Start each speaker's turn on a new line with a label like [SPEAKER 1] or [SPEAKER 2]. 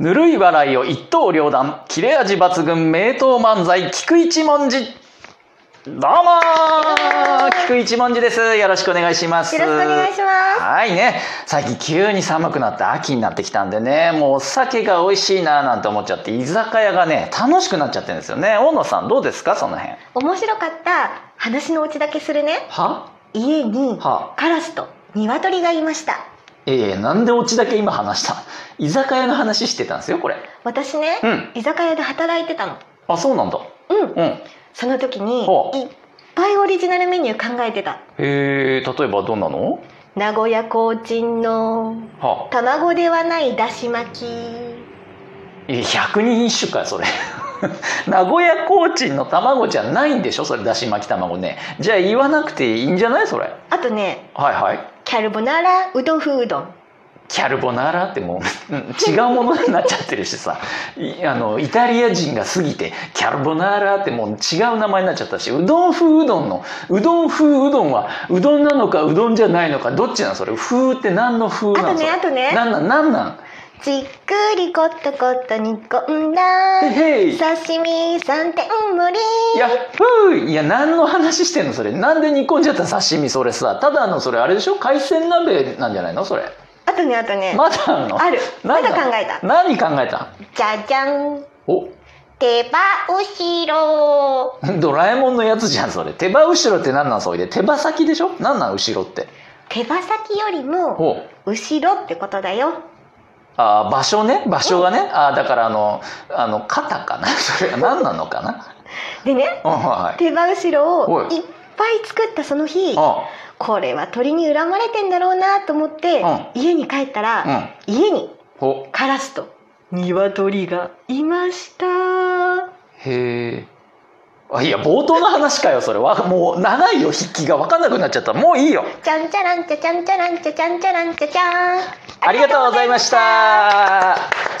[SPEAKER 1] ぬるい笑いを一刀両断切れ味抜群名刀漫才菊一文字どうもー菊一文字ですよろしくお願いします
[SPEAKER 2] よろしくお願いしま
[SPEAKER 1] はいね最近急に寒くなって秋になってきたんでねもうお酒が美味しいなーなんて思っちゃって居酒屋がね楽しくなっちゃってるんですよね大野さんどうですかその辺
[SPEAKER 2] す。面白かった話のオチだけするね。
[SPEAKER 1] は
[SPEAKER 2] 家に
[SPEAKER 1] は
[SPEAKER 2] カラスと鶏がいました。
[SPEAKER 1] ええなんでオチだけ今話した居酒屋の話してたんですよこれ
[SPEAKER 2] 私ね、
[SPEAKER 1] うん
[SPEAKER 2] 居酒屋で働いてたの。
[SPEAKER 1] あそうなんだ
[SPEAKER 2] うん。
[SPEAKER 1] うん
[SPEAKER 2] その時に
[SPEAKER 1] ほう
[SPEAKER 2] いっぱいオリジナルメニュー考えてた。
[SPEAKER 1] へえ例えばどんなの
[SPEAKER 2] 名古屋コーチンの
[SPEAKER 1] はあ、
[SPEAKER 2] 卵ではないだし巻き。
[SPEAKER 1] え100人一首かよそれ 名古屋コーチンの卵じゃないんでしょそれだし巻き卵ねじゃあ言わなくていいんじゃないそれ
[SPEAKER 2] あとね、
[SPEAKER 1] はいはい
[SPEAKER 2] キャルボナーラうどん風うどん。
[SPEAKER 1] キャルボナーラってもううん違うものになっちゃってるしさいあのイタリア人が過ぎてキャルボナーラってもう違う名前になっちゃったしうどん風うどんのうどん風うどんはうどんなのかうどんじゃないのかどっちなのそれ風って何の風
[SPEAKER 2] あ
[SPEAKER 1] な
[SPEAKER 2] と
[SPEAKER 1] の
[SPEAKER 2] ね、あとね、
[SPEAKER 1] 何なん何なん
[SPEAKER 2] じっくりコットコット煮込んだ
[SPEAKER 1] へへい
[SPEAKER 2] 刺身三点盛り。
[SPEAKER 1] いやっふーいや何の話してんのそれなんで煮込んじゃった刺身それさただのそれあれでしょ海鮮鍋なんじゃないのそれ
[SPEAKER 2] あとねあとね、
[SPEAKER 1] まだあるの
[SPEAKER 2] あるま
[SPEAKER 1] 何な
[SPEAKER 2] だ
[SPEAKER 1] の
[SPEAKER 2] 考えた
[SPEAKER 1] 何考えた
[SPEAKER 2] じゃじゃん
[SPEAKER 1] お
[SPEAKER 2] 手羽後ろ
[SPEAKER 1] ドラえもんのやつじゃんそれ手羽後ろって何なんそれで手羽先でしょ何なん後ろって
[SPEAKER 2] 手羽先よりも
[SPEAKER 1] お
[SPEAKER 2] 後ろってことだよ
[SPEAKER 1] あー場所ね場所がねあーだからあのあの肩かな それが何なのかな
[SPEAKER 2] でね
[SPEAKER 1] うんはい
[SPEAKER 2] 手羽後ろ
[SPEAKER 1] お
[SPEAKER 2] を
[SPEAKER 1] い
[SPEAKER 2] いっぱい作ったその日
[SPEAKER 1] あ
[SPEAKER 2] これは鳥に恨まれてんだろうなと思って
[SPEAKER 1] う
[SPEAKER 2] 家に帰ったら
[SPEAKER 1] あ
[SPEAKER 2] 家に
[SPEAKER 1] うんお
[SPEAKER 2] カラスと鶏がいました
[SPEAKER 1] へえ。あいや冒頭の話かよそれはもう長いよ筆記が分かんなくなっちゃったもういいよ
[SPEAKER 2] ちゃんちゃらんちゃちゃんちゃらんちゃちゃんちゃらんちゃちゃん
[SPEAKER 1] ありがとうございました